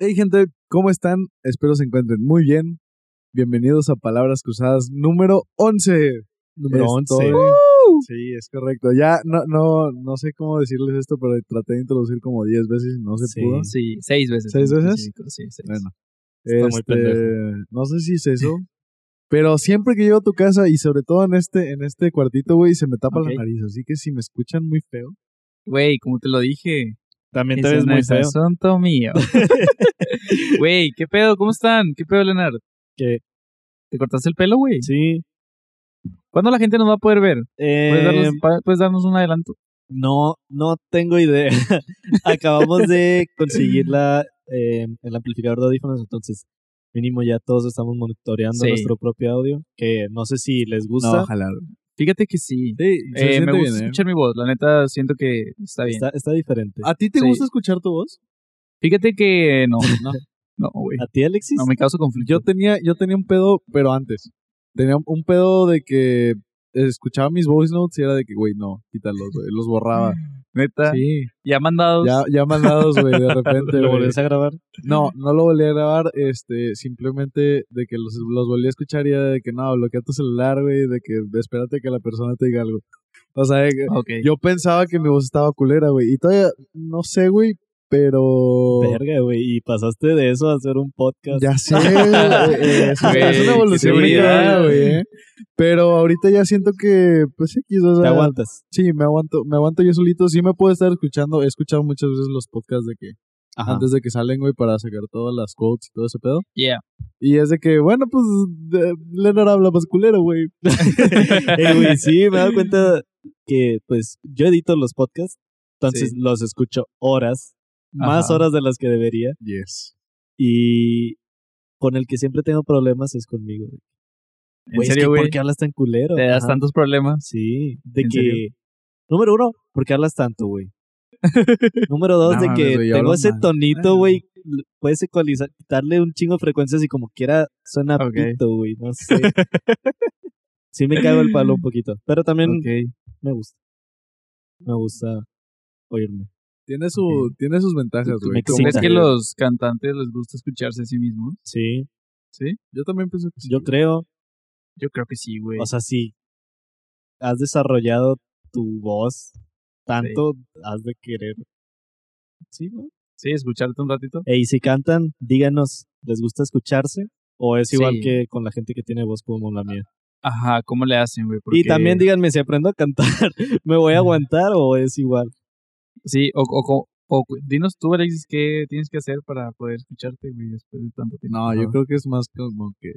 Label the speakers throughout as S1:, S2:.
S1: Hey gente, ¿cómo están? Espero se encuentren muy bien. Bienvenidos a Palabras Cruzadas número 11.
S2: Número
S1: Estoy-
S3: Este,
S2: 11.
S1: Sí, es correcto. Ya no, no, no sé cómo decirles esto, pero traté de introducir como 10 veces y no se
S2: Sí.
S1: pudo.
S3: Sí, seis veces.
S1: ¿Seis
S3: en
S1: veces?
S3: específico, Sí, seis.
S1: Bueno,
S2: Está muy
S1: este,
S2: pendejo.
S1: no sé si es eso, pero siempre que llego a tu casa y sobre todo en este, en este cuartito, güey, se me tapa
S3: Ok.
S1: la nariz. Así que si me escuchan muy feo,
S3: Güey, como te lo dije,
S2: También te
S3: ese
S2: ves
S3: no
S2: muy
S3: es
S2: feo.
S3: asunto mío. Güey, ¿qué pedo? ¿Cómo están? ¿Qué pedo, Leonard?
S2: ¿Qué?
S3: ¿Te cortaste el pelo, güey?
S2: Sí.
S3: ¿Cuándo la gente nos va a poder ver? ¿Puedes,
S2: Eh,
S3: darnos, pa- puedes darnos un adelanto?
S2: no, no tengo idea. Acabamos de conseguirla eh, el amplificador de audífonos, entonces mínimo ya todos estamos monitoreando
S3: Sí.
S2: nuestro propio audio, que no sé si les
S1: no,
S2: gusta.
S1: ojalá.
S3: Fíjate que sí.
S1: Sí, se
S3: Eh, me
S1: siente
S3: gusta
S1: bien, ¿eh?
S3: escuchar mi voz, la neta siento que está bien.
S2: Está, está diferente.
S1: ¿A ti te
S3: Sí.
S1: gusta escuchar tu voz?
S3: Fíjate que no, no, no, güey.
S2: ¿A ti, Alexis?
S3: No me causa conflicto.
S1: Yo tenía, yo tenía un pedo, pero antes. Tenía un pedo de que escuchaba mis voice notes y era de que, güey, no, quítalos, güey, los borraba.
S3: neta,
S1: Sí,
S3: ya mandados.
S1: ya, ya mandados, güey, de repente.
S2: ¿Lo
S1: güey.
S2: volvés a grabar?
S1: No, no lo volví a grabar, este, simplemente de que los, los volví a escuchar y era de que, no, bloquea tu celular, güey, de que espérate a que la persona te diga algo. O sea, de que
S3: Ok.
S1: yo pensaba que mi voz estaba culera, güey, y todavía, no sé, güey, pero...
S2: Verga, güey. Y pasaste de eso a hacer un podcast.
S1: Ya sé, güey, eh, es, una-
S3: Güey,
S1: es una evolución
S3: qué
S1: muy
S3: seguridad.
S1: cabrona, güey. eh. Pero ahorita ya siento que, pues sí, quizás, o
S2: Te
S3: Ah.
S1: sea,
S2: aguantas.
S1: sí, me aguanto, me aguanto yo solito. Sí me puedo estar escuchando, he escuchado muchas veces los podcasts de que
S2: Ajá.
S1: antes de que salen, güey, para sacar todas las quotes y todo ese pedo.
S3: Yeah.
S1: Y es de que, bueno, pues, de- Leonard habla más culero, güey.
S2: Eh, güey, sí, me he dado cuenta que, pues, yo edito los podcasts, entonces los escucho horas, más
S3: Ajá.
S2: horas de las que debería,
S1: Yes.
S2: y con el que siempre tengo problemas es conmigo. güey.
S3: En
S2: Güey, es que
S3: serio, güey.
S2: ¿Por qué hablas tan culero?
S3: Te das
S2: Ajá.
S3: tantos problemas.
S2: Sí, de
S3: ¿En
S2: que...
S3: serio?
S2: Número uno, ¿por qué hablas tanto, güey? Número dos,
S1: No
S2: de
S1: mames,
S2: que
S1: güey, yo
S2: tengo
S1: hablo
S2: ese
S1: mal.
S2: tonito, güey, l- puedes ecualizar, quitarle un chingo de frecuencias y como quiera suena
S3: Ok.
S2: pito, güey, no sé. sí me cago el palo un poquito, pero también
S3: Ok.
S2: me gusta. Me gusta oírme.
S1: Tiene, su,
S2: Ok.
S1: tiene sus ventajas,
S2: Tú- tú
S1: güey.
S2: me
S1: Como
S2: Sí,
S3: ¿Crees
S2: excitas.
S3: que
S2: también.
S3: los cantantes les gusta escucharse a sí mismos?
S2: Sí,
S3: ¿Sí?
S1: Yo también pienso que sí.
S2: yo creo.
S3: Yo creo que sí, güey.
S2: O sea, sí. Has desarrollado tu voz tanto, has de querer. Sí, ¿no?
S3: sí, escucharte un ratito.
S2: Ey, si cantan, díganos, ¿les gusta escucharse? ¿O es igual
S3: Sí.
S2: que con la gente que tiene voz como la mía?
S3: Ajá, ¿cómo le hacen, güey?
S2: Y también
S3: Porque-
S2: díganme si aprendo a cantar, ¿me voy a aguantar o es igual?
S3: Sí, o, o, o- o- dinos tú, Alexis, qué tienes que hacer para poder escucharte, güey, después de tanto tiempo.
S1: No, yo
S3: Ajá.
S1: creo que es más como que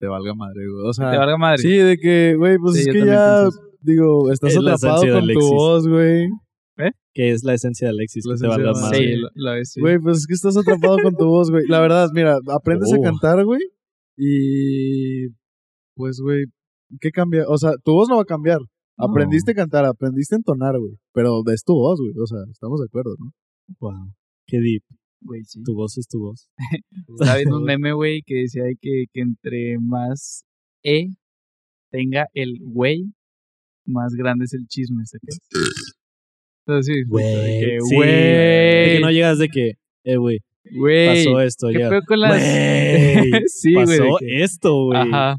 S1: te valga madre, güey. O sea,
S3: Te valga madre.
S1: Sí, de que, güey, pues
S3: Sí,
S1: es
S3: yo
S1: que
S3: también
S1: ya,
S3: pienso
S1: digo, estás
S2: Es la
S1: atrapado
S2: esencia de
S1: con tu
S2: Alexis.
S1: voz, güey.
S2: Que es la esencia de Alexis,
S1: La
S2: que te
S1: esencia de
S2: valga más.
S1: Alexis.
S3: Sí,
S1: madre.
S3: la, la vez sí.
S1: Güey, pues es que estás atrapado con tu voz, güey. La verdad, mira, aprendes a
S2: Oh.
S1: cantar, güey, y pues, güey, ¿qué cambia? O sea, tu voz no va a cambiar.
S3: No.
S1: Aprendiste a cantar, aprendiste a entonar, güey. Pero es tu voz, güey. O sea, estamos de acuerdo, ¿no?
S2: Wow, qué deep.
S3: Güey, sí.
S2: Tu voz es tu voz.
S3: Estaba viendo un meme, güey, que decía de que, que entre más E tenga el güey, más grande es el chisme. ¿sacas? Entonces, sí,
S2: Güey,
S3: que,
S2: sí,
S3: güey,
S2: De que no llegas de que, eh, güey,
S3: güey,
S2: pasó esto,
S3: ¿qué
S2: ya.
S3: pedo con las...?
S2: Güey,
S3: sí, güey. de
S2: pasó
S3: que-
S2: esto, güey.
S3: Ajá.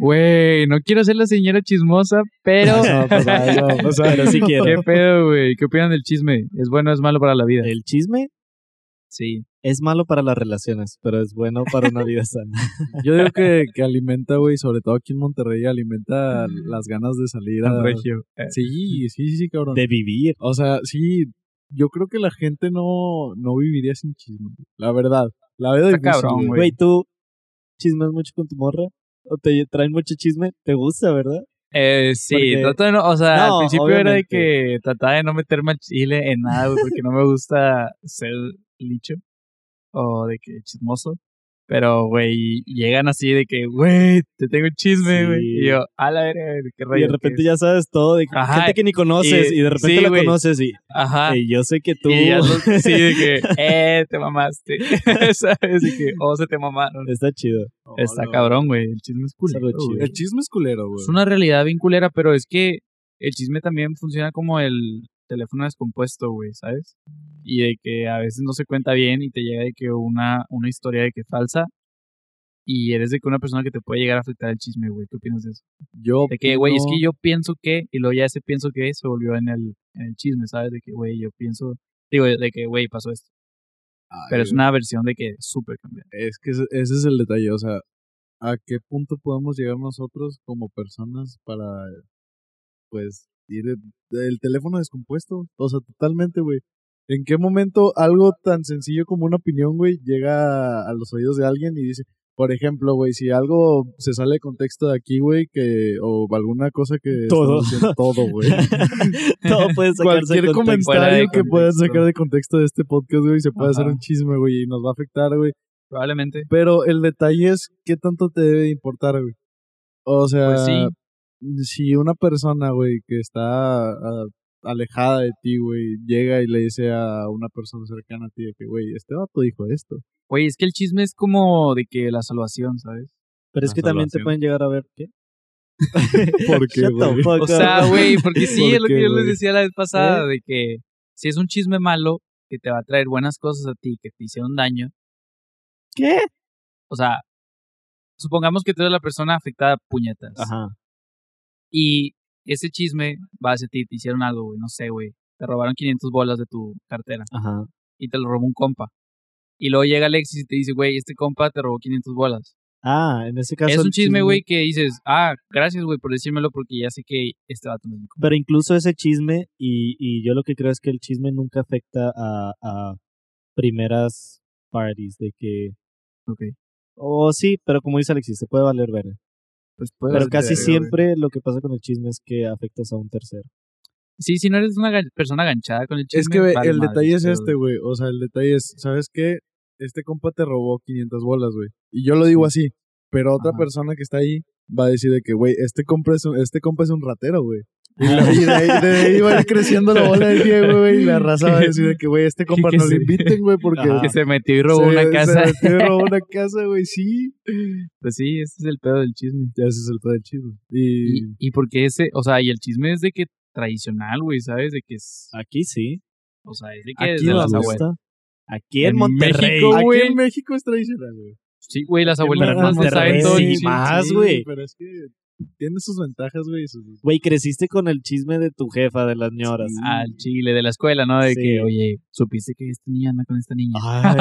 S3: Güey, no quiero ser la señora chismosa, pero.
S1: No, pues, ay, no, pues, ay,
S2: Pero sí quiero.
S3: ¿Qué pedo, güey? ¿Qué opinan del chisme? ¿Es bueno o es malo para la vida?
S2: El chisme
S3: Sí.
S2: es malo para las relaciones, pero es bueno para una vida sana.
S1: Yo digo que, que alimenta, güey, sobre todo aquí en Monterrey, alimenta las ganas de salir a...
S3: Al regio. Eh,
S1: Sí, sí, sí, sí, cabrón.
S2: De vivir.
S1: O sea, sí, yo creo que la gente no, no viviría sin chisme. güey. La verdad. La veo
S3: Está
S1: difícil,
S3: cabrón,
S1: güey.
S2: Güey, ¿tú chismas mucho con tu morra? ¿O te traen mucho chisme? ¿Te gusta, verdad?
S3: eh, sí,
S2: Porque-
S3: trato de no. O sea,
S2: No,
S3: al principio era de
S2: obviamente.
S3: que trataba de no meterme al chile en nada, güey, porque no me gusta ser licho o de que chismoso. Pero, güey, llegan así de que, güey, te tengo un chisme,
S2: Sí.
S3: güey. Y yo, a la verga, qué
S2: Y
S3: rayo.
S2: de repente ya sabes todo de
S3: Ajá,
S2: gente que ni conoces y,
S3: y-
S2: de repente
S3: sí,
S2: la
S3: güey.
S2: conoces y,
S3: Ajá.
S2: "Ey, yo sé que tú
S3: Y ya lo- sí, de que, eh, te mamaste. ¿Sabes? De que, oh, se te mamaron.
S2: está chido.
S1: No,
S3: Está
S1: no.
S3: cabrón, güey. El chisme es culero.
S2: Algo chido.
S3: güey.
S1: El chisme es culero, güey.
S3: Es una realidad bien culera, pero es que el chisme también funciona como el, teléfono descompuesto, güey, ¿sabes? Y de que a veces no se cuenta bien y te llega de que una, una historia de que falsa y eres de que una persona que te puede llegar a afectar el chisme, güey. ¿Qué opinas de eso?
S1: Yo.
S3: De que, güey, es
S1: opino-
S3: que yo pienso que, y luego ya ese pienso que se volvió en el, en el chisme, ¿sabes? De que, güey, yo pienso, digo, de que, güey, pasó esto.
S1: Ay,
S3: Pero es una versión de que súper cambiada.
S1: Es que ese ese es el detalle, o sea, ¿a qué punto podemos llegar nosotros como personas para, pues, ir de- el teléfono descompuesto? O sea, totalmente, güey. ¿En qué momento algo tan sencillo como una opinión, güey, llega a, a los oídos de alguien y dice, por ejemplo, güey, si algo se sale de contexto de aquí, güey, que, o alguna cosa que...
S2: Todo.
S1: estamos diciendo, Todo, güey.
S2: Todo puede sacarse de
S1: Cualquier
S2: contexto.
S3: Fuera de
S1: comentario que puedas
S3: contexto.
S1: sacar de contexto de este podcast, güey, se puede hacer
S3: Ajá.
S1: un chisme, güey, y nos va a afectar, güey.
S3: Probablemente.
S1: Pero el detalle es qué tanto te debe de importar, güey. O sea,
S3: Pues sí.
S1: si una persona, güey, que está ah, alejada de ti, güey, llega y le dice a una persona cercana a ti de que, güey, este vato dijo esto.
S3: Güey, es que el chisme es como de que la salvación, ¿sabes?
S2: Pero es que también te
S1: Salvación.
S2: pueden llegar a ver. ¿Qué?
S1: ¿Por qué,
S2: Shut the
S1: güey?
S2: fuck
S3: O
S2: up.
S3: sea, güey, porque sí,
S1: ¿Por
S3: es lo que
S1: qué,
S3: yo les
S1: güey?
S3: decía la vez pasada, de que si es un chisme malo, que te va a traer buenas cosas a ti, que te hicieron daño,
S2: ¿Qué?
S3: o sea, supongamos que tú eres la persona afectada puñetas.
S2: Ajá.
S3: Y ese chisme va hacia ti, te hicieron algo, güey, no sé, güey. Te robaron 500 bolas de tu cartera
S2: Ajá.
S3: y te lo robó un compa. Y luego llega Alexis y te dice, güey, este compa te robó 500 bolas.
S2: Ah, en ese caso.
S3: es
S2: el
S3: un chisme, güey, que dices, ah, gracias, güey, por decírmelo porque ya sé que este vato no es mi compa.
S2: Pero incluso ese chisme, y, y yo lo que creo es que el chisme nunca afecta a, a primeras parties de que.
S3: Ok.
S2: Oh, sí, pero como dice Alexis, se puede valer ver.
S3: Pues puede
S2: Pero
S3: ser.
S2: casi
S1: verga,
S2: siempre lo que pasa con el chisme es que afectas a un tercero.
S3: Sí, si no eres una gan- persona ganchada con el chisme.
S1: es que ve,
S3: vale
S1: el
S3: madre,
S1: detalle es
S3: pero-
S1: este, güey. O sea, el detalle es, ¿sabes qué? Este compa te robó 500 bolas, güey. Y yo lo digo así, pero otra
S3: Ajá.
S1: persona que está ahí va a decir de que, güey, este compa es un, este compa es un ratero, güey. Y, la- y de, ahí, de ahí va a ir creciendo la bola de nieve, güey. Y la raza va a decir de que, güey, este compa
S3: que
S1: no lo
S3: se-
S1: inviten, güey, porque
S2: Ajá.
S3: Que se metió y robó
S1: se-
S3: una
S1: se
S3: casa.
S1: metió y robó una casa, güey, sí.
S3: Pues sí, ese es el pedo del chisme.
S1: Ya ese es el pedo del chisme. Y,
S3: Y, y porque ese, o sea, y el chisme es de que tradicional, güey, ¿sabes? De que es,
S2: Aquí sí.
S3: o sea, es de que
S2: Aquí
S3: desde
S2: nos
S3: las abuelas.
S2: gusta. Aquí en,
S3: En
S2: Monterrey.
S3: México,
S1: aquí
S3: güey.
S1: en México es tradicional, güey.
S3: Sí, güey, las abuelitas
S2: Monterrey,
S3: no saben todo.
S2: sí,
S3: el chisme.
S2: más,
S1: Sí,
S2: güey.
S1: Pero es que tiene sus ventajas, güey, y sus
S2: Güey, creciste con el chisme de tu jefa, de las ñoras.
S3: Al chile de la escuela, ¿no? De
S2: Sí.
S3: que, oye, supiste que este niño anda con esta niña.
S2: Ay,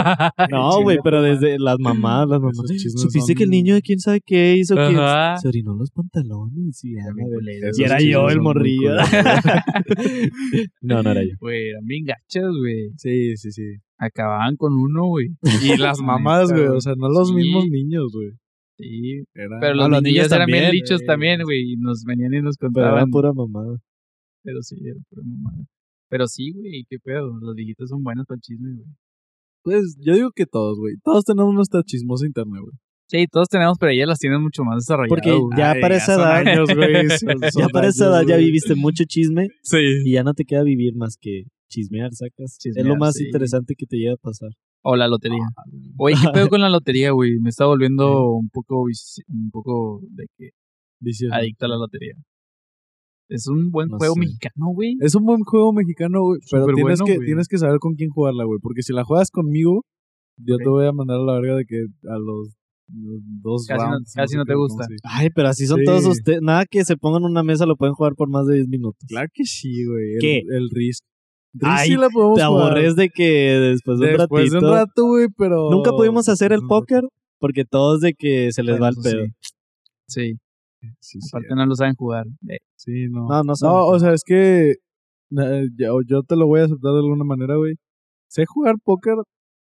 S2: no,
S1: chinga
S2: güey,
S1: tu
S2: pero desde las mamás, las mamás.
S1: Esos chismes
S2: ¿Supiste que el
S1: son-
S2: niño de quién sabe qué hizo? Que
S3: Ajá.
S2: se orinó los pantalones y ya,
S3: Bien
S2: la verdad.
S3: culeros,
S1: Esos
S2: Y era
S1: chismes
S2: yo el
S1: son muy
S2: morrillo. no, no era yo.
S3: Güey, eran bien gachas, güey.
S1: Sí, sí, sí.
S3: Acababan con uno, güey.
S1: Y las mamás, güey. O sea, no los
S3: Sí.
S1: mismos niños, güey.
S3: Sí,
S1: Era-
S3: pero
S2: Ah,
S3: los,
S2: los
S3: niños,
S2: niños
S3: eran bien
S2: también, eh.
S3: lichos
S1: güey.
S3: también, güey. Y nos venían y nos
S2: Pero pues era
S3: contaban.
S2: pura mamada.
S3: Pero sí, era pura mamada. Pero sí, güey, qué pedo. Los viejitos son buenos para el chisme, güey.
S1: Pues yo digo que todos, güey. Todos tenemos nuestra chismosa interna, güey.
S3: Sí, todos tenemos, pero ellas las tienen mucho más desarrolladas.
S2: Porque
S3: güey.
S2: ya
S1: Ay,
S2: para esa
S1: son
S2: edad,
S1: años, güey, son-
S2: ya
S1: son
S2: para esa
S1: años,
S2: edad ya
S1: güey.
S2: viviste mucho chisme
S3: Sí.
S2: y ya no te queda vivir más que chismear, sacas. es lo
S3: Chismear,
S2: más
S3: sí.
S2: interesante que te llega a pasar.
S3: O la lotería.
S2: Ah,
S3: Oye, ¿qué pedo con la lotería, güey? Me está volviendo un poco, vici- un poco de que
S1: Vicioso.
S3: adicto a la lotería. Es un buen
S2: No
S3: juego
S2: sé.
S3: mexicano, güey.
S1: Es un buen juego mexicano, güey. Pero
S3: Súper
S1: tienes,
S3: bueno,
S1: que,
S3: güey.
S1: tienes que saber con quién jugarla, güey. Porque si la juegas conmigo, yo
S3: Ok.
S1: te voy a mandar a la verga de que a los los dos
S3: Casi no-
S1: rounds,
S3: casi
S1: sé
S3: no te
S1: cómo
S3: gusta.
S1: se-
S2: Ay, pero así son
S1: Sí.
S2: todos ustedes. Nada que se pongan una mesa lo pueden jugar por más de 10 minutos.
S1: Claro que sí, güey. El,
S2: ¿Qué?
S1: El Risk. Risk
S2: Ay,
S1: sí la podemos
S2: Te
S1: jugar
S2: aborres de que después de un
S1: Después de
S2: ratito.
S1: un rato, güey, pero...
S2: Nunca pudimos hacer el
S1: Después de un rato.
S2: póker porque todos de que se les va el
S3: Eso
S2: pedo. Pues
S3: Sí, Sí,
S2: Ah,
S1: Sí, sí,
S3: aparte no lo saben jugar. Eh,
S1: sí, no.
S2: No, no son.
S1: No, o sea, es que eh, yo, yo te lo voy a aceptar de alguna manera, güey. Sé jugar póker,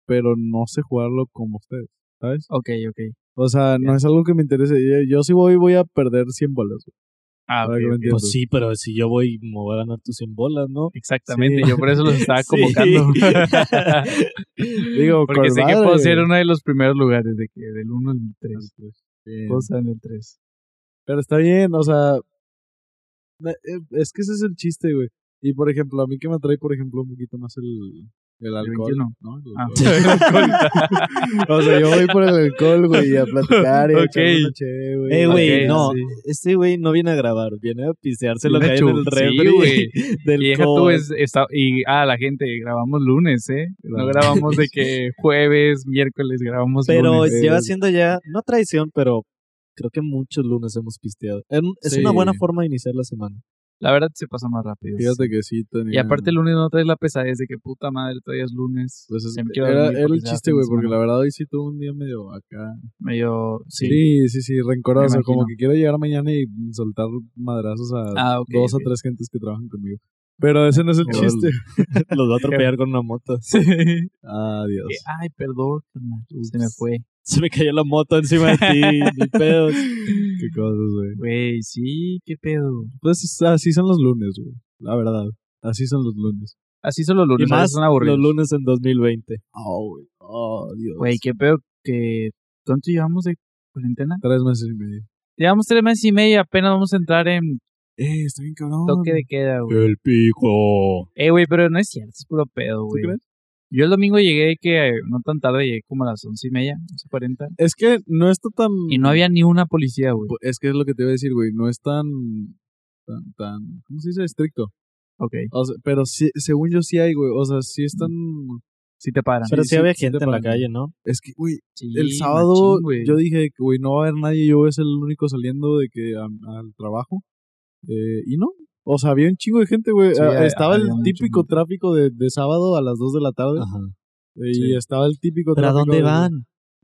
S1: pero no sé jugarlo como ustedes, ¿sabes?
S3: Ok, ok.
S1: O sea, no es algo que me interese. Yo, yo si voy, voy a perder 100 bolas. güey.
S3: Ah,
S1: Ahora
S3: ok,
S1: que lo
S3: ok.
S1: entiendo.
S2: Pues sí, pero si yo voy, me voy a ganar tus 100 bolas, ¿no?
S3: Exactamente,
S1: Sí.
S3: yo por eso los estaba
S2: Sí.
S3: convocando.
S1: Digo,
S3: Porque
S1: con
S3: sé que
S1: madre,
S3: puedo ser
S1: güey.
S3: uno de los primeros lugares, de que del 1 al 3.
S1: Bien.
S3: Puedo estar en el 3.
S1: Pero está bien, o sea... na- eh, Es que ese es el chiste, güey. Y, por ejemplo, a mí que me atrae, por ejemplo, un poquito más el, El alcohol.
S3: 21.
S1: ¿no? El
S3: Ah,
S1: alcohol. o sea, yo voy por el alcohol, güey, a platicar y a echarme
S3: Ok.
S1: una che, güey.
S2: Eh, güey,
S3: Ok,
S2: no.
S3: sí.
S2: Este güey no viene a grabar, viene a pisearse lo que
S3: Viene
S2: hay
S3: a
S2: en el
S3: chupar, sí,
S2: refri
S3: güey.
S2: del
S3: Y deja tú,
S2: cover.
S3: es- está- y, ah, la gente, grabamos lunes, ¿eh? No
S1: Claro.
S3: grabamos de que jueves, miércoles, grabamos
S2: Pero
S3: lunes.
S1: lunes.
S2: lleva
S1: Eh,
S2: siendo ya, no traición, pero creo que muchos lunes hemos pisteado. Es- Es una
S1: Sí.
S2: buena forma de iniciar la semana.
S3: La verdad se pasa más rápido.
S1: Fíjate que sí tenía...
S3: Y aparte el lunes no traes la pesadez de que puta madre, todavía es lunes.
S1: Pues es-
S3: Ya me quiero
S1: era,
S3: dormir
S1: era
S3: porque
S1: el
S3: ya
S1: chiste,
S3: fin de
S1: güey, porque la
S3: semana.
S1: verdad hoy sí tuve un día medio acá.
S3: Medio... Sí.
S1: Sí, sí, sí, rencoroso.
S3: Me
S1: Como
S3: imagino.
S1: que quiero llegar mañana y soltar madrazos a
S3: Ah, ok.
S1: dos
S3: ok.
S1: o tres gentes que trabajan conmigo. Pero ese no es el
S3: Órale.
S1: chiste.
S2: Los va a atropellar con una moto.
S3: Sí. Que,
S1: Adiós.
S3: Ay, perdón, carnal, se me
S2: Ups.
S3: fue.
S2: Se me cayó la moto encima de ti, ni pedos.
S1: Qué cosas, güey.
S3: Güey, sí, qué pedo.
S1: Pues es- así son los lunes, güey. La verdad. Así son los lunes.
S3: Así son los
S2: Y
S3: lunes, a veces
S2: más
S3: son aburridos.
S2: los lunes en 2020.
S1: Oh, güey. Oh, Dios.
S3: Güey, qué pedo que... ¿Cuánto llevamos de cuarentena?
S1: Tres meses y medio.
S3: Llevamos tres meses y medio y apenas vamos a entrar en
S1: Eh, está bien cabrón.
S3: toque de queda, güey.
S2: El pico.
S3: Eh, güey, pero no es cierto, es puro pedo, güey.
S1: crees?
S3: Yo el domingo llegué de que eh, no tan tarde, llegué como a las once y media, once cuarenta.
S1: Es que no está tan...
S3: Y no había ni una policía, güey.
S2: Pues
S1: Es que es lo que te iba a decir, güey. No es tan... Tan, tan... ¿Cómo se dice? Estricto.
S3: Ok,
S1: O sea, pero sí, según yo sí hay, güey. O sea, sí están...
S3: sí te paran.
S2: Pero
S1: Sí,
S2: sí,
S1: sí,
S2: había
S1: sí te
S2: gente en la
S1: paran.
S2: calle, ¿no?
S1: Es que, güey,
S3: Sí,
S1: el sábado
S3: machín, güey.
S1: yo dije, que, güey, no va a haber nadie. Yo voy a ser el único saliendo de que a- al trabajo. Eh, y no. O sea, había un chingo de gente, güey.
S3: Sí,
S1: Ah,
S3: hay-
S1: estaba el
S3: había mucho
S1: típico
S3: mundo.
S1: tráfico de, de sábado a las 2 de la tarde.
S2: Ajá.
S1: eh,
S3: sí.
S1: Y estaba el típico
S2: ¿Pero a
S1: tráfico.
S2: dónde
S1: de-
S2: van?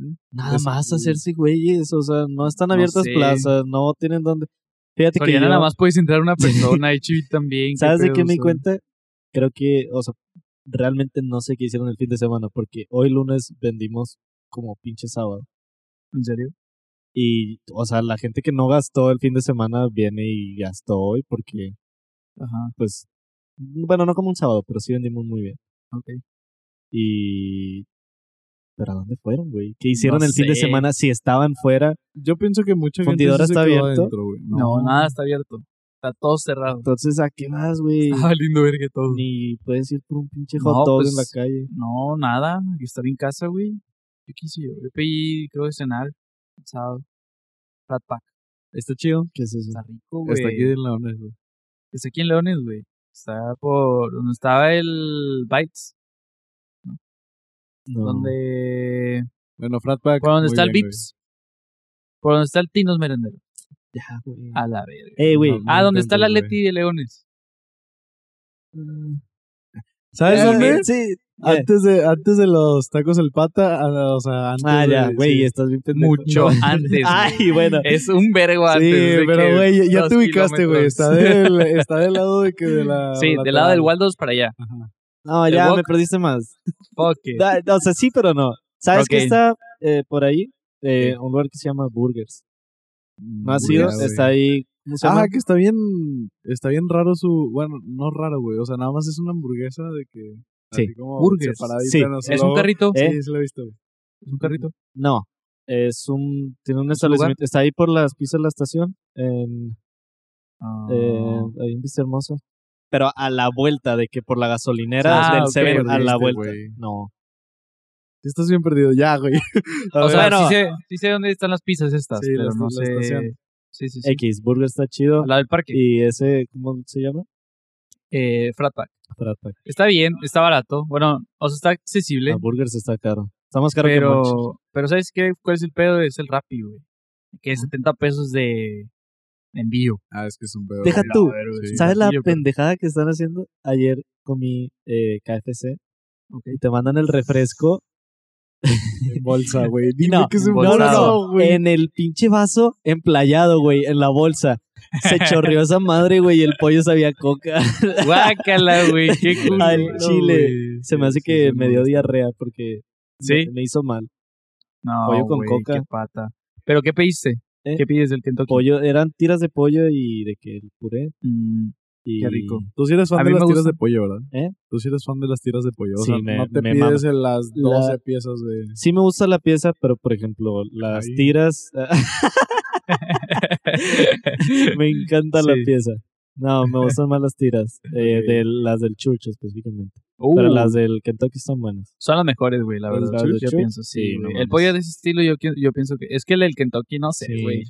S1: ¿Eh?
S2: Nada
S1: Es-
S2: más hacerse güeyes, o sea, no están
S3: No
S2: abiertas
S3: sé.
S2: plazas, no tienen dónde. Fíjate que yo,
S3: Soriana nada más puedes entrar una persona, y Chibi también.
S2: ¿sabes de
S3: pedo,
S2: qué me di
S3: o sea?
S2: cuenta? Creo que, o sea, realmente no sé qué hicieron el fin de semana, porque hoy lunes vendimos como pinche sábado.
S3: ¿En serio?
S2: Y, o sea, la gente que no gastó el fin de semana viene y gastó hoy porque,
S3: Ajá,
S2: pues, bueno, no como un sábado, pero sí vendimos muy bien.
S3: ok.
S2: Y... ¿Pero a dónde fueron, güey? ¿Qué hicieron
S3: No
S2: el fin de
S3: sé.
S2: semana si estaban fuera?
S1: Yo pienso que mucha gente
S2: ¿Fundidora
S1: sí se
S2: está
S1: quedó
S2: abierto?
S1: adentro, güey.
S3: No, nada está abierto. Está todo cerrado.
S2: Entonces, ¿a qué vas, güey?
S3: Está lindo verga todo.
S2: Ni puedes ir por un pinche
S3: No,
S2: hot dog
S3: pues,
S2: en la calle.
S3: No, nada. hay que Estar en casa, güey. Yo quise yo. Yo pedí, creo, de cenar el sábado. Flat pack.
S1: Está chido.
S2: ¿Qué es eso?
S3: Está rico, güey.
S1: Está aquí en la ONU, güey.
S3: Está aquí en Leones, güey. Está por donde estaba el Bites.
S2: No.
S3: Donde.
S1: Bueno, Frat Pack.
S3: Por donde
S1: muy
S3: está el
S1: bien, güey. Mm.
S3: Vips. Por donde está el Tinos Merendero.
S2: Ya, güey.
S3: A la verga.
S2: Eh, güey.
S1: No,
S3: ah, donde está el
S1: encuentro, güey.
S3: Atleti de Leones.
S1: ¿Sabes
S2: Eh,
S1: dónde?
S2: Sí. eh.
S3: Ah,
S1: Antes de, antes de los tacos al pata, a- o sea, antes
S2: Ah, ya,
S1: de-
S2: güey,
S1: sí.
S2: estás bien pendejo.
S3: Mucho
S2: No.
S3: antes. güey.
S2: Ay, bueno.
S3: Es un vergo antes.
S1: Sí,
S3: de que
S1: pero güey, ya- ya
S3: dos
S1: te ubicaste, güey.
S3: kilómetros.
S1: Está del, está del lado de que de la.
S3: Sí,
S1: lateral.
S3: del lado del Waldos para allá.
S2: No,
S3: El
S2: ya
S3: wok.
S2: me perdiste más.
S3: Fuck it.
S2: Da- o sea, sí, pero no. ¿Sabes
S3: Ok.
S2: qué está eh, por ahí? Eh, Un lugar que se llama Burgers. ¿No has ido?
S1: Ya, güey.
S2: Está ahí. ¿cómo se llama?
S1: Ah, que está bien. Está bien raro su. Bueno, no raro, güey. O sea, nada más es una hamburguesa de que.
S2: Sí.
S1: así como
S3: Burgers.
S1: separadita,
S2: Sí.
S1: no sé,
S3: Es un
S1: luego-
S3: carrito.
S2: ¿Eh?
S1: Sí, sí lo he visto. güey.
S3: Es un carrito.
S2: No. Es un. Tiene un
S3: un lugar?
S2: establecimiento. Está ahí por las pistas de la estación. En, eh,
S3: Ah.
S2: ahí en Vista Hermosa. Pero a la vuelta, de que por la gasolinera
S3: Ah,
S2: del
S3: ok.
S2: Seven a la
S1: Perdiste,
S2: vuelta.
S1: güey.
S2: No.
S1: Sí, Estás bien perdido. Ya, güey. A
S3: O sea,
S1: ver,
S2: bueno.
S3: sí, sé, sí sé dónde están las pizzas estas,
S1: Sí,
S3: pero
S1: las-
S3: no
S1: la
S3: sé.
S1: estación.
S3: Sí, sí, sí.
S2: X, Burger está chido.
S3: Al lado del parque.
S2: Y ese, ¿cómo se llama?
S3: Eh, Frat Pack.
S2: Frat Pack.
S3: Está bien, está barato. Bueno, o sea, está accesible.
S2: Ah, Burgers está caro. Está más caro que Monchis.
S3: pero, pero ¿sabes qué? ¿Cuál es el pedo? Es el Rappi, güey. Que es 70 pesos de de envío.
S1: Ah, es que es un pedo.
S2: Deja
S1: güey.
S2: tú,
S1: A ver, güey.
S3: sí.
S2: ¿Sabes la
S3: platillo, pero-
S2: pendejada que están haciendo? Ayer comí eh, KFC y te mandan el refresco
S1: En bolsa, güey. Dime
S2: No,
S1: que es un
S2: no, no,
S1: bolsa,
S2: no,
S1: güey.
S2: en el pinche vaso emplayado, güey, en la bolsa. Se chorreó esa madre, güey, y el pollo sabía a coca.
S3: Guácala, güey. Qué culo.
S2: Al
S3: güey.
S2: chile. Se me
S1: Sí,
S2: hace
S1: sí,
S2: que
S1: sí,
S2: me dio
S1: molesta.
S2: diarrea porque
S3: ¿Sí?
S2: me, me hizo mal.
S3: No,
S2: Pollo con
S3: güey,
S2: coca.
S3: Qué pata. ¿Pero qué pediste?
S2: ¿Eh?
S3: ¿Qué pides del Kentucky?
S2: Pollo, eran tiras de pollo y de que el puré.
S3: Mm,
S2: Y
S3: qué rico.
S1: Tú sí eres fan
S3: A
S1: de
S3: mí
S1: las
S3: me
S1: tiras
S3: gusta.
S1: de pollo, ¿verdad?
S2: ¿Eh?
S1: Tú sí eres fan de las tiras de pollo. O
S2: Sí,
S1: sea,
S2: me-
S1: no te
S2: me
S1: pides en las 12
S2: La-
S1: piezas de.
S2: Sí me gusta la pieza, pero por ejemplo, las ah,
S1: Ay.
S2: tiras, me encanta la
S3: Sí.
S2: pieza. No, me gustan más las tiras. eh,
S1: Ok.
S2: de las del church específicamente.
S3: Uh,
S2: Pero las del Kentucky están buenas.
S3: Son las mejores, güey, la
S2: ¿Las
S3: verdad.
S2: de
S3: Yo
S2: church?
S3: pienso, sí.
S2: Sí, no
S3: güey. el
S2: mames.
S3: pollo de ese estilo, yo, qui- yo pienso que. Es que el del Kentucky, no sé,
S2: Sí.
S3: güey.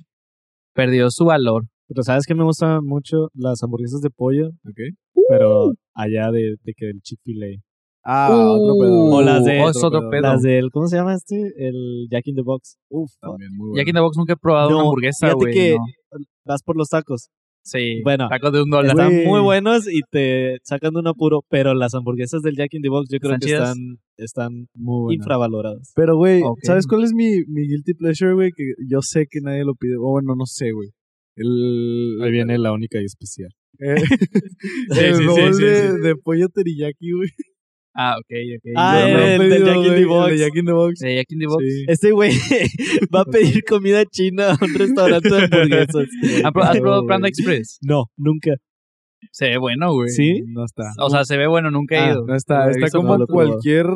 S3: Perdió su valor.
S2: Pero sabes que me gustan mucho las hamburguesas de pollo,
S1: ¿Ok?
S3: Uh.
S2: pero allá de, de que el Chick-fil-A.
S1: Ah, otro
S3: Uh,
S1: pedo.
S2: o las de-
S3: oh, es otro pedo.
S2: Las del, ¿cómo se llama este? El Jack in the Box. Uf,
S1: También muy
S3: Ya
S1: bueno.
S3: que en The Box nunca he probado una
S2: No,
S3: hamburguesa,
S2: fíjate
S3: güey.
S2: que-
S3: no.
S2: vas por los tacos.
S3: Sí,
S2: Bueno,
S3: tacos de un dólar.
S2: Están
S1: Güey.
S2: muy buenos y te sacan de un apuro, pero las hamburguesas del Jack in the Box yo creo
S3: ¿Están
S2: que
S3: chidas?
S2: están, están
S1: Muy bueno.
S2: infravaloradas.
S1: Pero, güey,
S3: Ok.
S1: ¿sabes cuál es mi, mi guilty pleasure, güey? Que yo sé que nadie lo pide. O bueno, no sé, güey. El,
S2: Ahí viene la única y especial.
S1: eh,
S3: Sí,
S1: el
S3: sí, sí,
S1: bowl
S3: sí,
S1: de,
S3: sí.
S1: de pollo teriyaki, güey.
S3: Ah, ok, ok.
S2: Ah,
S1: Yo
S3: Yo
S1: lo he
S2: el del
S1: pedido,
S2: Jack in
S1: güey,
S2: the
S1: el
S2: Box.
S1: de Jack in the Box.
S3: no- de Jack in the Box.
S1: Sí.
S2: Este güey va a pedir comida china a un restaurante de hamburguesas.
S3: ¿Han pro- ¿Has
S1: No,
S3: probado
S1: güey.
S3: Panda Express?
S2: No, nunca.
S3: Se ve bueno, güey.
S2: ¿Sí?
S1: No está.
S3: O sea, se ve bueno, nunca he
S2: Ah,
S3: ido.
S1: No está.
S2: lo he
S1: está
S2: visto,
S1: como
S2: no lo he probado.
S1: cualquier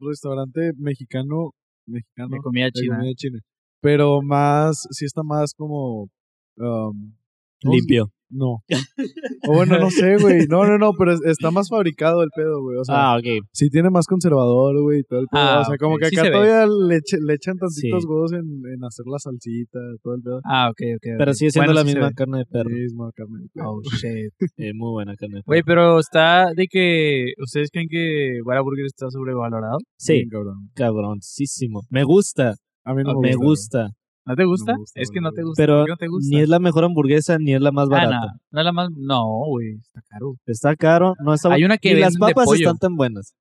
S1: restaurante mexicano. Mexicano.
S3: De comida
S1: de
S3: china.
S1: comida china. Pero más, sí está más como... um, ¿cómo se-
S2: Limpio.
S1: No. O bueno, no sé, güey. No, no, no, pero es- está más fabricado el pedo, güey. O sea,
S2: Ah, ok.
S1: sí tiene más conservador, güey, y todo el pedo.
S3: Ah,
S1: o sea, como
S3: ok,
S1: que
S3: sí
S1: acá
S3: se ve.
S1: todavía le, eche- le echan tantitos
S2: Sí.
S1: huevos en, en hacer la salsita, todo el pedo.
S3: Ah, ok, ok.
S2: Pero
S3: ok.
S2: sigue siendo
S3: Bueno,
S2: la
S3: sí se
S2: misma
S3: ve.
S2: carne de perro.
S1: Mismo, carne.
S3: Oh, shit.
S2: Eh, muy buena carne de perro.
S3: Güey, pero está de que. ¿Ustedes creen que Whataburger está sobrevalorado?
S2: sí,
S1: Bien cabrón.
S2: cabroncísimo. Me gusta,
S1: A mí no
S2: me
S1: me gusta.
S2: gusta.
S3: ¿No te gusta?
S1: me gusta,
S3: es que
S1: güey,
S3: no
S1: no
S3: te
S1: me
S3: gusta.
S2: Pero
S3: ¿Por qué no te gusta?
S2: Ni es la mejor hamburguesa, ni es la más
S3: Ah,
S2: barata.
S3: no, no es la más. No, güey, está caro.
S2: Está caro, no está
S3: Hay una que
S2: Y las
S3: venden de
S2: papas
S3: pollo.
S2: están tan buenas.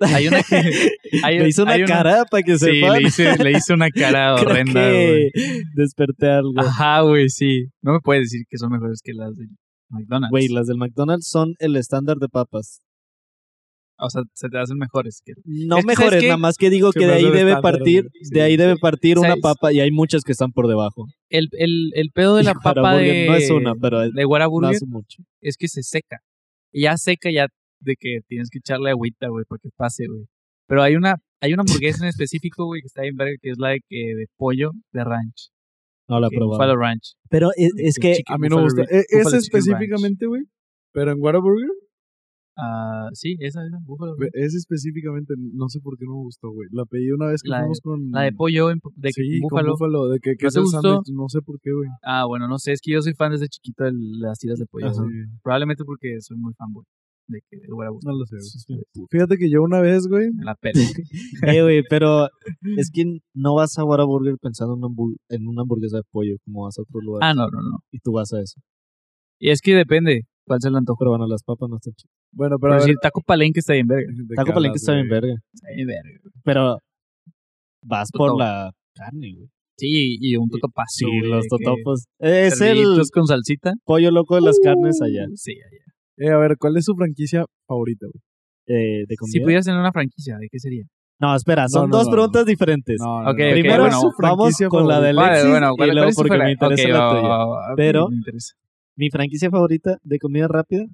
S3: Hay una que. Hay,
S2: Le hizo una
S3: hay
S2: cara para que
S3: Sí,
S2: sepan.
S3: le hice, le hice una cara
S2: Creo
S3: horrenda, güey. Ah,
S2: que desperté algo.
S3: Ajá, güey, sí. No me puedes decir que son mejores que las de McDonald's.
S2: Güey, las del McDonald's son el estándar de papas.
S3: O sea, se te hacen mejores que.
S2: No
S3: Es que, ¿sabes
S2: mejores,
S3: qué?
S2: nada más que digo
S1: Se
S2: que
S1: me
S2: de
S1: hace
S2: ahí
S1: el
S2: debe
S1: estándar,
S2: partir,
S1: güey. Sí.
S2: de ahí debe partir una
S3: ¿Sabes?
S2: papa y hay muchas que están por debajo.
S3: El, el, el pedo de la
S2: Para
S3: papa
S2: burger,
S3: de.
S2: No es una, pero es-
S3: De
S2: no
S3: Whataburger
S2: hace mucho.
S3: es que se seca. Y Ya seca, ya de que tienes que echarle agüita, güey, para que pase, güey. Pero hay una, hay una hamburguesa en específico, güey, que está bien verga, que es la de, que, de pollo de ranch.
S2: No la he
S3: que
S2: probado.
S3: Buffalo Ranch.
S2: Pero es, es
S3: que
S2: que
S3: chicken-
S1: A mí no me
S3: Buffalo
S1: gusta.
S3: Ri-
S1: Eh, esa
S3: Buffalo Chicken
S1: específicamente, güey. Pero en Whataburger,
S3: Ah, sí, esa es la Buffalo
S1: ve-
S3: Ranch.
S1: es específicamente, no sé por qué no me gustó, güey. La pedí una vez que
S3: La de-
S1: fuimos con...
S3: La de pollo en- de que
S1: mm, sí, con
S3: Buffalo.
S1: búfalo, de que, que
S3: ¿No
S1: es
S3: te
S1: el
S3: gustó?
S1: sándwich, no sé por qué, güey.
S3: Ah, bueno, no sé, es que yo soy fan desde chiquito de las tiras de pollo.
S1: Ajá.
S3: güey. Probablemente porque soy muy fanboy de que el Whataburger.
S1: No lo sé, güey. Fíjate que yo una vez, güey,
S3: Me la pela.
S2: Eh, güey, pero es que no vas a Whataburger pensando en una, hambu- en una hamburguesa de pollo como vas a otro lugar.
S3: ah, no, no, no.
S2: Y tú vas a eso.
S3: Y es que depende cuál se le antoja.
S2: Pero bueno, las papas no están chidas.
S1: Bueno,
S3: Pero
S1: pero a ver,
S3: decir, taco palenque está bien verga.
S1: ¿de qué
S2: Taco Palenque
S1: hablas,
S2: está bien
S1: güey?
S2: verga.
S3: Está bien verga. güey.
S2: Pero vas por
S3: Totopo.
S2: la carne, güey.
S3: Sí, y un totopazo.
S2: Sí,
S3: güey,
S2: los
S3: de que-
S2: totopos. Es el
S3: Cerditos con salsita.
S2: pollo loco de las carnes allá.
S3: Uh, Sí, allá.
S1: Eh, a ver, ¿cuál es su franquicia favorita, güey?
S3: Uh.
S2: eh, de comida.
S3: Si pudieras tener una franquicia, ¿de qué sería?
S2: No, espera, son
S1: no,
S2: dos
S1: no,
S2: preguntas diferentes.
S1: No,
S3: Ok, ok,
S2: Ah, Primero
S3: bueno,
S1: su
S2: vamos
S1: franquicia
S2: con la de
S1: favorita?
S2: Alexis y
S3: ¿cuál- cuál
S2: luego
S3: es tu
S2: porque me
S3: fra-
S2: interesa
S3: ok,
S2: la
S3: va,
S2: tuya.
S3: va, va,
S2: Pero-
S3: me interesa.
S2: Mi franquicia favorita de comida rápida.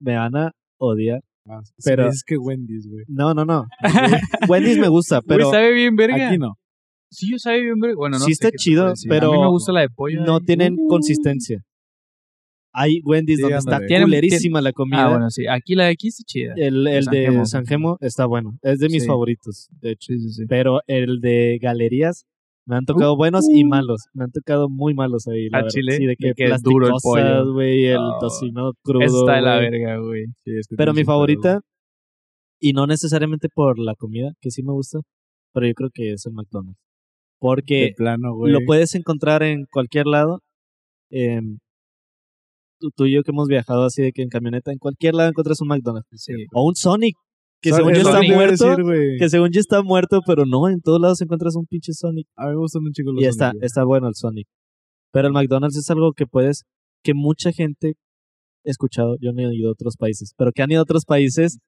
S2: Me van a odiar.
S1: Ah, sí,
S2: Pero-
S1: Es que Wendy's, güey.
S2: No, no, no. Wendy's me gusta, pero
S3: Güey, sabe bien verga.
S1: Aquí no.
S3: Sí, yo sabe bien verga. Bueno, no sé
S2: Sí está
S3: qué te
S2: chido,
S3: puedo decir.
S2: pero
S3: A mí me gusta la de pollo.
S2: no
S3: ahí.
S2: tienen
S3: Uh.
S2: consistencia. Hay Wendy's
S1: Sí,
S2: donde
S1: ándale.
S2: está
S3: Tienen-
S2: culerísima la comida.
S3: Ah, bueno, sí. Aquí la de aquí está chida.
S2: El, el
S3: San
S2: de
S3: Gemo.
S2: San Gemo está bueno. Es de mis
S3: Sí.
S2: favoritos, de hecho.
S3: Sí, sí, sí.
S2: Pero el de galerías me han tocado buenos y malos. Me han tocado muy malos ahí. La
S3: ¿Ah,
S2: verdad.
S3: chile?
S2: Sí, de que,
S3: De que es duro el
S2: plasticosas,
S3: pollo.
S2: güey, el
S3: Oh,
S2: tocino
S3: Esa
S2: crudo.
S3: está de la
S2: güey.
S3: verga, güey.
S1: Sí, es que
S2: Pero
S1: tiene
S2: mi
S1: su pedo,
S2: favorita, y no necesariamente por la comida, que sí me gusta, pero yo creo que es el McDonald's.
S1: güey.
S2: Porque
S1: De plano, güey.
S2: lo puedes encontrar en cualquier lado. em, tú, tú y yo que hemos viajado así de que en camioneta, en cualquier lado encuentras un McDonald's.
S3: Sí.
S2: O un Sonic, que
S1: ¿Sabes?
S2: según yo
S1: Es lo
S2: está
S1: que iba a
S2: muerto.
S1: decir, güey.
S2: que según yo está muerto, pero no, en todos lados encuentras un pinche Sonic.
S1: A mí me gustan un chico los
S2: Y está,
S1: Sonic, güey.
S2: está bueno el Sonic. Pero el McDonald's es algo que puedes, que mucha gente he escuchado, yo no he ido a otros países, pero que han ido a otros países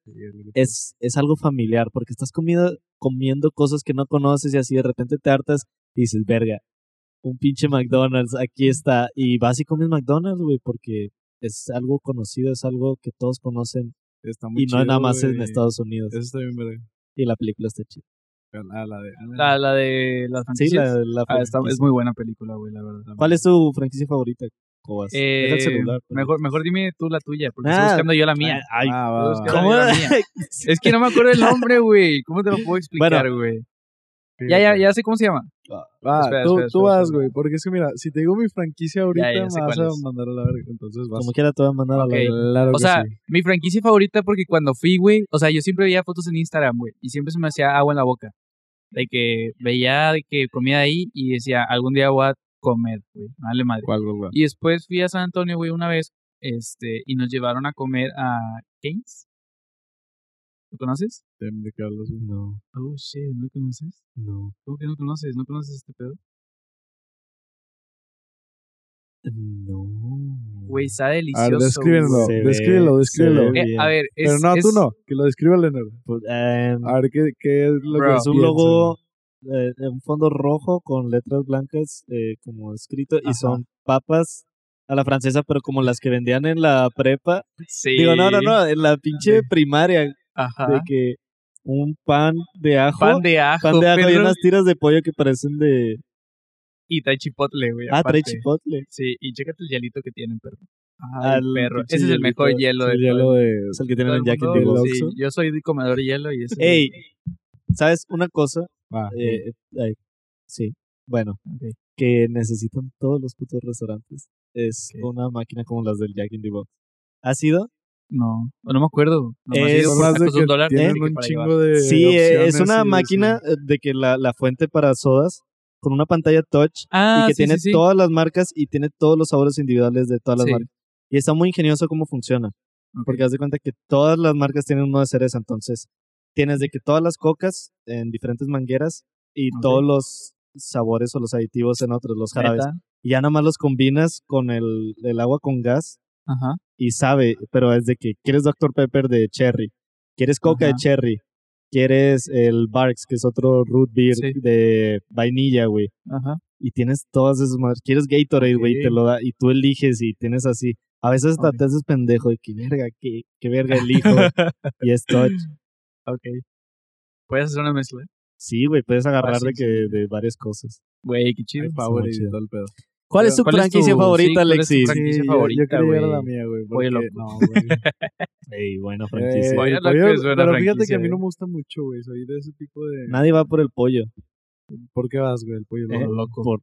S2: es, es algo familiar, porque estás comiendo, comiendo cosas que no conoces y así de repente te hartas y dices, verga, un pinche McDonald's, aquí está. Y vas y comes McDonald's, güey, porque es algo conocido, es algo que todos conocen
S1: Está muy
S2: y no es nada
S1: chido,
S2: más en
S1: güey.
S2: Estados Unidos.
S1: Eso está bien, verga.
S2: Y la película está chida.
S1: Ah, la de...
S3: La, la de las
S2: Sí,
S3: franquicias.
S2: la, la
S3: Ah, está-
S2: franquicia.
S3: es muy buena película, güey, la verdad.
S2: ¿Cuál es tu franquicia favorita? escobas.
S3: Eh,
S2: es el celular. pero-
S3: Mejor, mejor dime tú la tuya, porque estoy
S2: Ah,
S3: buscando yo la mía.
S2: Ay,
S1: Ah, va,
S3: Estoy
S1: va,
S3: buscando
S1: va.
S2: ¿Cómo?
S3: yo Pues la mía. Es que no me acuerdo el nombre, güey. ¿Cómo te lo puedo explicar, güey? ya, ya, ya sé cómo se llama.
S1: Va,
S3: Espera,
S1: tú,
S3: espera,
S1: tú
S3: espera,
S1: vas,
S3: espera.
S1: güey. Porque es que, mira, si te digo mi franquicia ahorita,
S3: ya
S1: me
S3: sé
S1: vas
S3: cuál
S1: a
S3: es.
S1: mandar a la verga. Entonces vas.
S2: Como quiera te voy a mandar
S3: Ok.
S2: a la verga.
S1: Claro
S3: O
S1: que
S3: sea,
S1: sí.
S3: mi franquicia favorita porque cuando fui, güey, o sea, yo siempre veía fotos en Instagram, güey, y siempre se me hacía agua en la boca. De que veía de que comía ahí y decía, algún día voy a comer, güey, vale madre.
S1: ¿Cuál, cuál, cuál?
S3: Y después fui a San Antonio, güey, una vez, este, y nos llevaron a comer a Keynes. ¿Lo conoces?
S1: ¿De qué hablas, güey?
S2: No,
S3: Oh, shit, ¿no lo conoces?
S2: no.
S3: ¿Cómo que no conoces? ¿No conoces este pedo?
S2: No.
S3: Güey, está
S1: A ver,
S3: delicioso.
S1: descríbelo,
S3: güey.
S2: Se ve-
S1: descríbelo,
S2: se
S1: descríbelo.
S2: ve.
S3: Eh, a ver, es,
S1: Pero no, tú
S3: es-
S1: no, que lo describa Leonardo.
S2: Pues, em,
S1: A ver, ¿qué, qué es lo
S3: Bro.
S1: que
S2: es un
S1: piensa?
S2: logo, eh, un fondo rojo con letras blancas eh, como escrito y
S3: Ajá.
S2: son papas a la francesa, pero como las que vendían en la prepa.
S3: Sí.
S2: Digo, no, no, no, en la pinche primaria de
S3: Ajá.
S2: que un pan de ajo,
S3: Pan de ajo.
S2: pan de ajo y
S3: Pedro.
S2: unas tiras de pollo que parecen de...
S3: Y trae chipotle, güey.
S2: Ah,
S3: aparte.
S2: trae chipotle.
S3: Sí, y chécate el hielito que tienen, perro.
S2: Ah,
S3: Ay,
S2: el
S3: perro.
S2: pinche
S3: Ese es el
S2: hielito,
S3: mejor hielo
S1: El
S3: de
S1: hielo de.
S2: Es el
S3: todo
S2: que tienen
S3: el
S2: en Jack in
S3: mundo.
S2: the Box.
S1: Box,
S3: Sí,
S1: ¿no?
S3: yo soy de comedor de hielo y ese es el-
S2: Ey, ¿sabes una cosa?
S1: Ah,
S2: Eh, ay, sí, bueno,
S3: Ok.
S2: que necesitan todos los putos restaurantes es
S3: Ok.
S2: una máquina como las del Jack in the Box. ¿Ha sido?
S3: No, no me acuerdo. Nomás he
S2: Es-
S3: ido
S1: son
S3: por
S1: las de
S3: tacos de
S1: que
S3: un dólar.
S1: tienen
S3: que
S1: un
S3: para llevar.
S1: chingo de.
S2: sí, eh, es
S1: opciones y
S2: una
S1: de-
S2: máquina eh, de que la, la fuente para sodas con una pantalla touch
S3: Ah,
S2: y que
S3: sí,
S2: tiene
S3: sí, sí.
S2: todas las marcas y tiene todos los sabores individuales de todas las
S3: Sí.
S2: marcas. Y está muy ingenioso cómo funciona,
S3: Ok.
S2: porque haz de cuenta que todas las marcas tienen uno de cereza, entonces tienes de que todas las cocas en diferentes mangueras y
S3: Ok.
S2: todos los sabores o los aditivos en otros, los jarabes.
S3: Neta.
S2: Y ya nada más los combinas con el, el agua con gas
S3: Ajá.
S2: y sabe, pero es de que quieres Dr. Pepper de Cherry, quieres Coca de
S3: Ajá.
S2: Cherry, quieres el Barks, que es otro root beer
S3: Sí.
S2: de vainilla, güey.
S3: Ajá.
S2: Y tienes todas esas madres. Quieres Gatorade, güey, y te
S3: Ok.
S2: lo da y tú eliges y tienes así. A veces hasta
S3: Ok.
S2: te haces pendejo de que verga, qué, qué verga elijo. y es touch.
S3: ok. ¿Puedes hacer una mezcla?
S2: Sí, güey, puedes agarrar
S3: sí,
S2: de,
S3: sí.
S2: que, de varias cosas.
S3: Güey, qué chido.
S1: Ay, Power y
S2: chido.
S1: todo el pedo.
S2: ¿Cuál
S3: Pero,
S2: es tu
S3: ¿cuál es
S2: franquicia
S3: tu- sí,
S2: favorita,
S3: cuál es tu
S2: Alexis?
S3: franquicia?
S1: Sí, yo-
S3: favorita,
S1: yo quería ir a la
S3: güey.
S1: mía, güey.
S3: Pollo
S1: porque-
S3: loco.
S1: No, güey.
S2: Ey, buena
S1: Eh,
S2: franquicia.
S3: Pollo
S1: el
S3: loco
S1: pollo-
S3: es buena
S1: pero fíjate que
S3: franquicia,
S1: a mí
S3: eh.
S1: no me gusta mucho, güey. Soy de ese tipo de.
S2: Nadie va por el pollo.
S1: ¿Por qué vas, güey? El pollo
S3: Por
S2: Eh.
S1: loco.
S3: lo loco.
S2: por-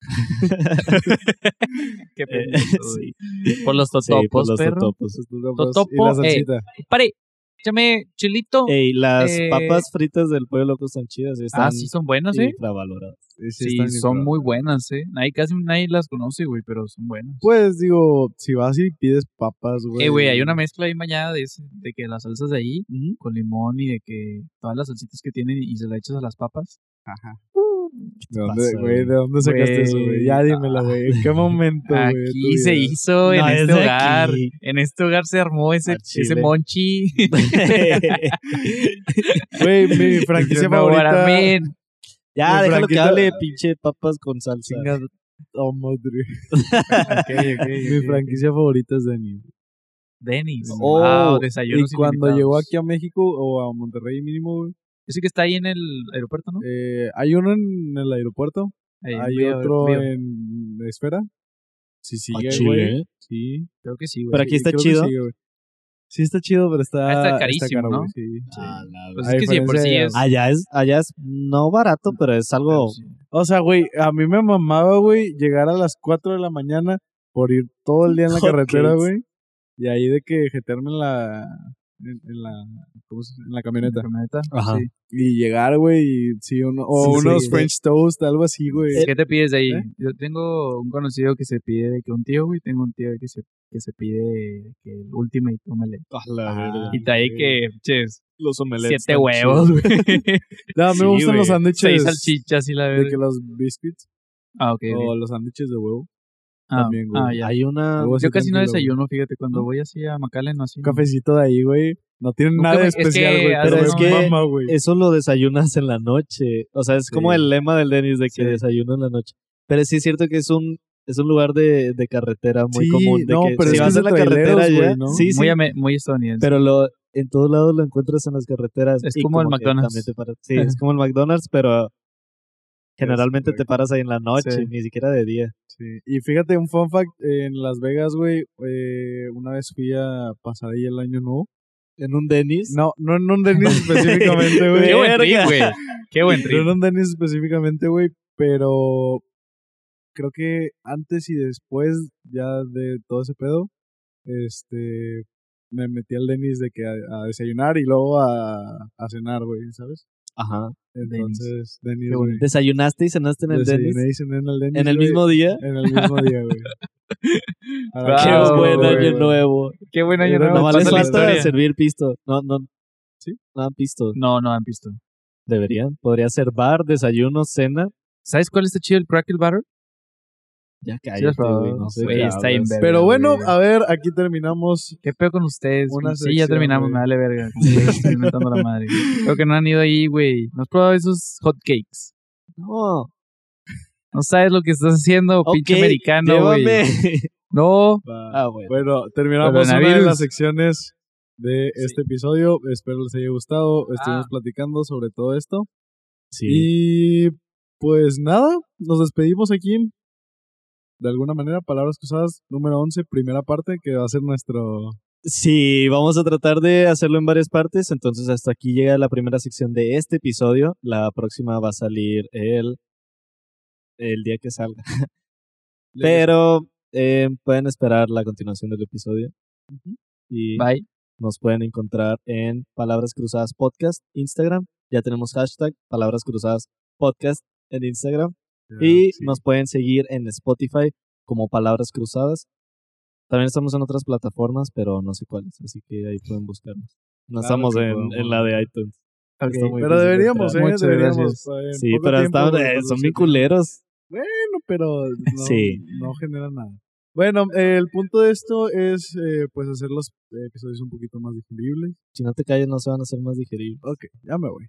S3: Qué
S2: Eh,
S3: pendejo, güey.
S2: sí,
S3: Por los
S2: sí, por
S3: totopos,
S2: los
S3: perro.
S2: totopos.
S1: Estos dos dos.
S3: Totopo,
S1: y la
S3: eh.
S1: salsita.
S3: Pare, échame chilito.
S2: Ey, las
S3: Eh,
S2: papas fritas del pollo loco están chidas y están
S3: ah, sí, son buenas, ¿eh?
S2: infravaloradas.
S1: Sí, sí,
S3: Sí,
S1: están bien
S3: son
S1: ricas.
S3: muy buenas, ¿eh? Nadie, casi nadie las conoce, güey, pero son buenas.
S1: Pues digo, si vas y pides papas, güey.
S3: Eh, güey, hay una mezcla ahí mañana de, ese- de que las salsas de ahí,
S1: Ujú.
S3: con limón y de que todas las salsitas que tienen y se la echas a las papas.
S1: ¿De dónde,
S2: pasa,
S1: güey?
S2: güey?
S1: ¿De dónde sacaste eso, güey? Ya
S3: Güey,
S1: dímela, güey. ¿En qué momento, güey? de tu
S3: Aquí se
S1: vida?
S3: hizo, en
S2: No, es
S3: este
S2: de
S3: hogar.
S2: aquí.
S3: En este hogar se armó ese,
S2: Al
S3: ese
S2: chile.
S3: monchi.
S1: Güey, mi franquicia
S3: No,
S1: favorita.
S3: Guaramén.
S2: ya,
S1: Mi
S2: déjalo que
S1: franquita-
S2: hable, pinche papas con salsa.
S1: Chinga- Oh, madre.
S3: Ok, ok,
S1: Mi
S3: ok.
S1: franquicia favorita es Dani.
S3: Denis.
S2: Oh,
S3: wow,
S1: Y
S3: desayunos
S1: cuando
S3: ilimitados.
S1: llegó aquí a México o a Monterrey mínimo, güey,
S3: Yo sé que está ahí en el aeropuerto, ¿no?
S1: eh, hay uno en el aeropuerto,
S3: Ahí en
S1: hay
S3: Río-
S1: otro
S3: Río.
S1: en Esfera. Sí,
S2: Ah,
S1: sigue,
S2: chile,
S1: güey.
S2: ¿eh?
S1: Sí.
S3: Creo que sí, güey.
S2: Pero aquí
S1: sí,
S2: está
S1: creo que
S2: chido.
S1: sigue, güey. sí, está chido, pero está,
S3: Ah, está
S1: está
S3: carísimo,
S1: caro,
S3: ¿no?
S1: güey, sí.
S2: Ah, la
S3: Pues
S2: verdad.
S1: A
S3: es que sí, de por sí
S1: diferencia de-
S3: es.
S2: allá es, allá es no barato, pero es algo.
S1: O sea, güey, a mí me mamaba, güey, llegar a las 4 de la mañana por ir todo el día en la
S2: Hot
S1: carretera,
S2: cakes.
S1: güey. Y ahí de que jetearme en la, en, en la, ¿cómo se- en la camioneta.
S3: camioneta.
S2: Ajá.
S3: Sí.
S1: Y llegar, güey, y sí, uno, o
S2: Sí, sí,
S1: unos
S2: sí.
S1: French toast, algo así, güey.
S3: ¿Qué te pides de ahí?
S1: ¿Eh?
S3: Yo tengo un conocido que se pide de que un tío, güey, tengo un tío que se, que se pide que el Ultimate Omelette.
S2: Ah, la
S1: Ah,
S2: verga.
S3: Y trae
S1: güey.
S3: que, ches,
S2: Los omelettes.
S3: siete
S2: están
S3: huevos,
S2: chidos.
S3: güey.
S1: No, me
S2: sí,
S1: gustan los
S2: güey.
S1: sándwiches.
S3: Seis salchichas y la
S1: De que
S3: verga.
S1: los biscuits
S3: Ah, ok. ok.
S1: o los sándwiches de huevo.
S3: ah,
S1: también, güey.
S3: ah, ya.
S2: Hay una.
S1: Algo así
S3: Yo casi no
S1: tranquilo, güey.
S3: desayuno, fíjate, cuando voy así a McAllen, no así.
S1: Un
S3: no.
S1: cafecito de ahí, güey. No tienen
S3: Nunca
S1: nada de
S3: me- es que
S1: especial, güey.
S3: haz
S1: pero
S2: de
S1: es
S2: cuenta-
S1: que... Mama, güey.
S2: Eso lo desayunas en la noche. O sea, es como
S1: Sí.
S2: el lema del Denis de
S1: Sí.
S2: que desayuno en la noche. Pero sí es cierto que es un es un lugar de, de carretera muy
S1: Sí,
S2: común. De
S1: no,
S2: que
S1: pero
S2: si
S1: es que
S2: vas
S1: es
S2: en
S1: de
S2: la carretera
S1: traileros,
S2: ya.
S1: güey, ¿no?
S2: Sí, sí.
S3: muy, ame- muy estadounidense.
S2: Pero lo, en todos lados lo encuentras en las carreteras.
S3: Es
S2: y
S3: como el
S2: que
S3: McDonald's.
S2: también te paras- sí, es como el McDonald's, pero Generalmente te
S1: correcto.
S2: paras ahí en la noche,
S3: Sí.
S2: ni siquiera de día.
S1: Sí. Y fíjate, un fun fact, en Las Vegas, güey, eh, una vez fui a pasar ahí el año nuevo.
S2: En un Denis.
S1: No, no en un Denis específicamente, güey.
S3: Qué buen trip,
S2: Verga.
S3: güey. Qué buen
S1: No
S3: trip.
S1: en un Denis específicamente, güey, pero creo que antes y después ya de todo ese pedo, este, me metí al Denis de que a, a desayunar y luego a, a cenar, güey, ¿sabes?
S2: Ajá.
S1: Entonces, Denis,
S3: Qué
S1: güey.
S2: Desayunaste y cenaste en el Denis.
S1: Desayuné y cené en el Denis.
S2: En el
S1: güey,
S2: mismo día.
S1: En el mismo día, güey. A la
S3: Qué
S1: chingada,
S2: Qué buen
S1: güey,
S2: año
S1: güey.
S2: nuevo.
S3: Qué buen año
S1: Era
S3: nuevo.
S2: Nomás les
S3: Pasa la
S2: falta
S3: historia.
S2: servir pisto. No, no.
S1: ¿Sí?
S2: No dan pisto.
S3: No, no han visto.
S2: Deberían. Podría ser bar, desayuno, cena.
S3: ¿Sabes cuál está chido el Crackle Butter?
S2: Ya
S3: Sí,
S2: cállate,
S3: has probado.
S2: güey. No sé.
S3: Güey,
S2: qué
S3: está bien
S2: hablas.
S3: verga,
S1: Pero bueno,
S3: güey.
S1: a ver, aquí terminamos.
S3: ¿Qué pedo con ustedes?
S1: Una
S3: güey? sí, ya
S1: sección,
S3: terminamos,
S1: güey.
S3: me vale verga. como que estoy inventando la madre. Creo que no han ido ahí, güey. ¿No has probado esos hot cakes?
S2: No.
S3: No sabes lo que estás haciendo, pinche
S2: Ok,
S3: americano,
S2: Llévame.
S3: güey. No,
S2: ah, bueno.
S1: Bueno, terminamos una de
S3: Coronavirus.
S1: las secciones de
S2: Sí.
S1: este episodio. Espero les haya gustado. Estuvimos
S3: Ah.
S1: platicando sobre todo esto.
S2: Sí.
S1: Y pues nada, nos despedimos aquí. De alguna manera, palabras cruzadas número 11, primera parte, que va a ser nuestro.
S2: Sí, vamos a tratar de hacerlo en varias partes. Entonces, hasta aquí llega la primera sección de este episodio. La próxima va a salir el, el día que salga. Pero eh, pueden esperar la continuación del episodio. Y
S3: bye.
S2: nos pueden encontrar en Palabras Cruzadas Podcast, Instagram. Ya tenemos hashtag Palabras Cruzadas Podcast en Instagram.
S1: Ah,
S2: Y
S1: Sí.
S2: nos pueden seguir en Spotify como Palabras Cruzadas. También estamos en otras plataformas, pero no sé cuáles, así que ahí pueden buscarnos. No
S1: Claro
S2: estamos
S1: que
S2: en,
S1: podemos.
S2: en la de iTunes.
S3: Ok.
S2: Está muy
S1: Pero
S2: difícil
S1: deberíamos,
S2: entrar.
S1: ¿eh?
S3: Muchas
S1: deberíamos.
S3: gracias.
S1: En
S2: Sí,
S1: poco
S2: pero
S1: tiempo
S2: estamos, eh,
S1: reproducir-
S2: son bien culeros.
S1: Bueno, pero no,
S2: Sí.
S1: no genera nada. Bueno, eh, el punto de esto es eh, pues hacer los episodios un poquito más digeribles.
S2: Si no te calles, no se van a hacer más digeribles.
S1: Ok, ya me voy.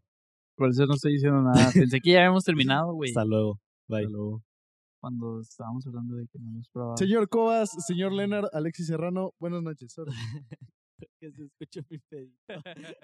S3: Por eso no estoy diciendo nada. Pensé que ya habíamos terminado, güey.
S2: Hasta luego. Bye.
S3: Cuando estábamos hablando de que no hemos probado.
S1: Señor Cobas, señor Leonard, Alexis Serrano, buenas noches. Sorry.
S2: Que se escuche mi pedido.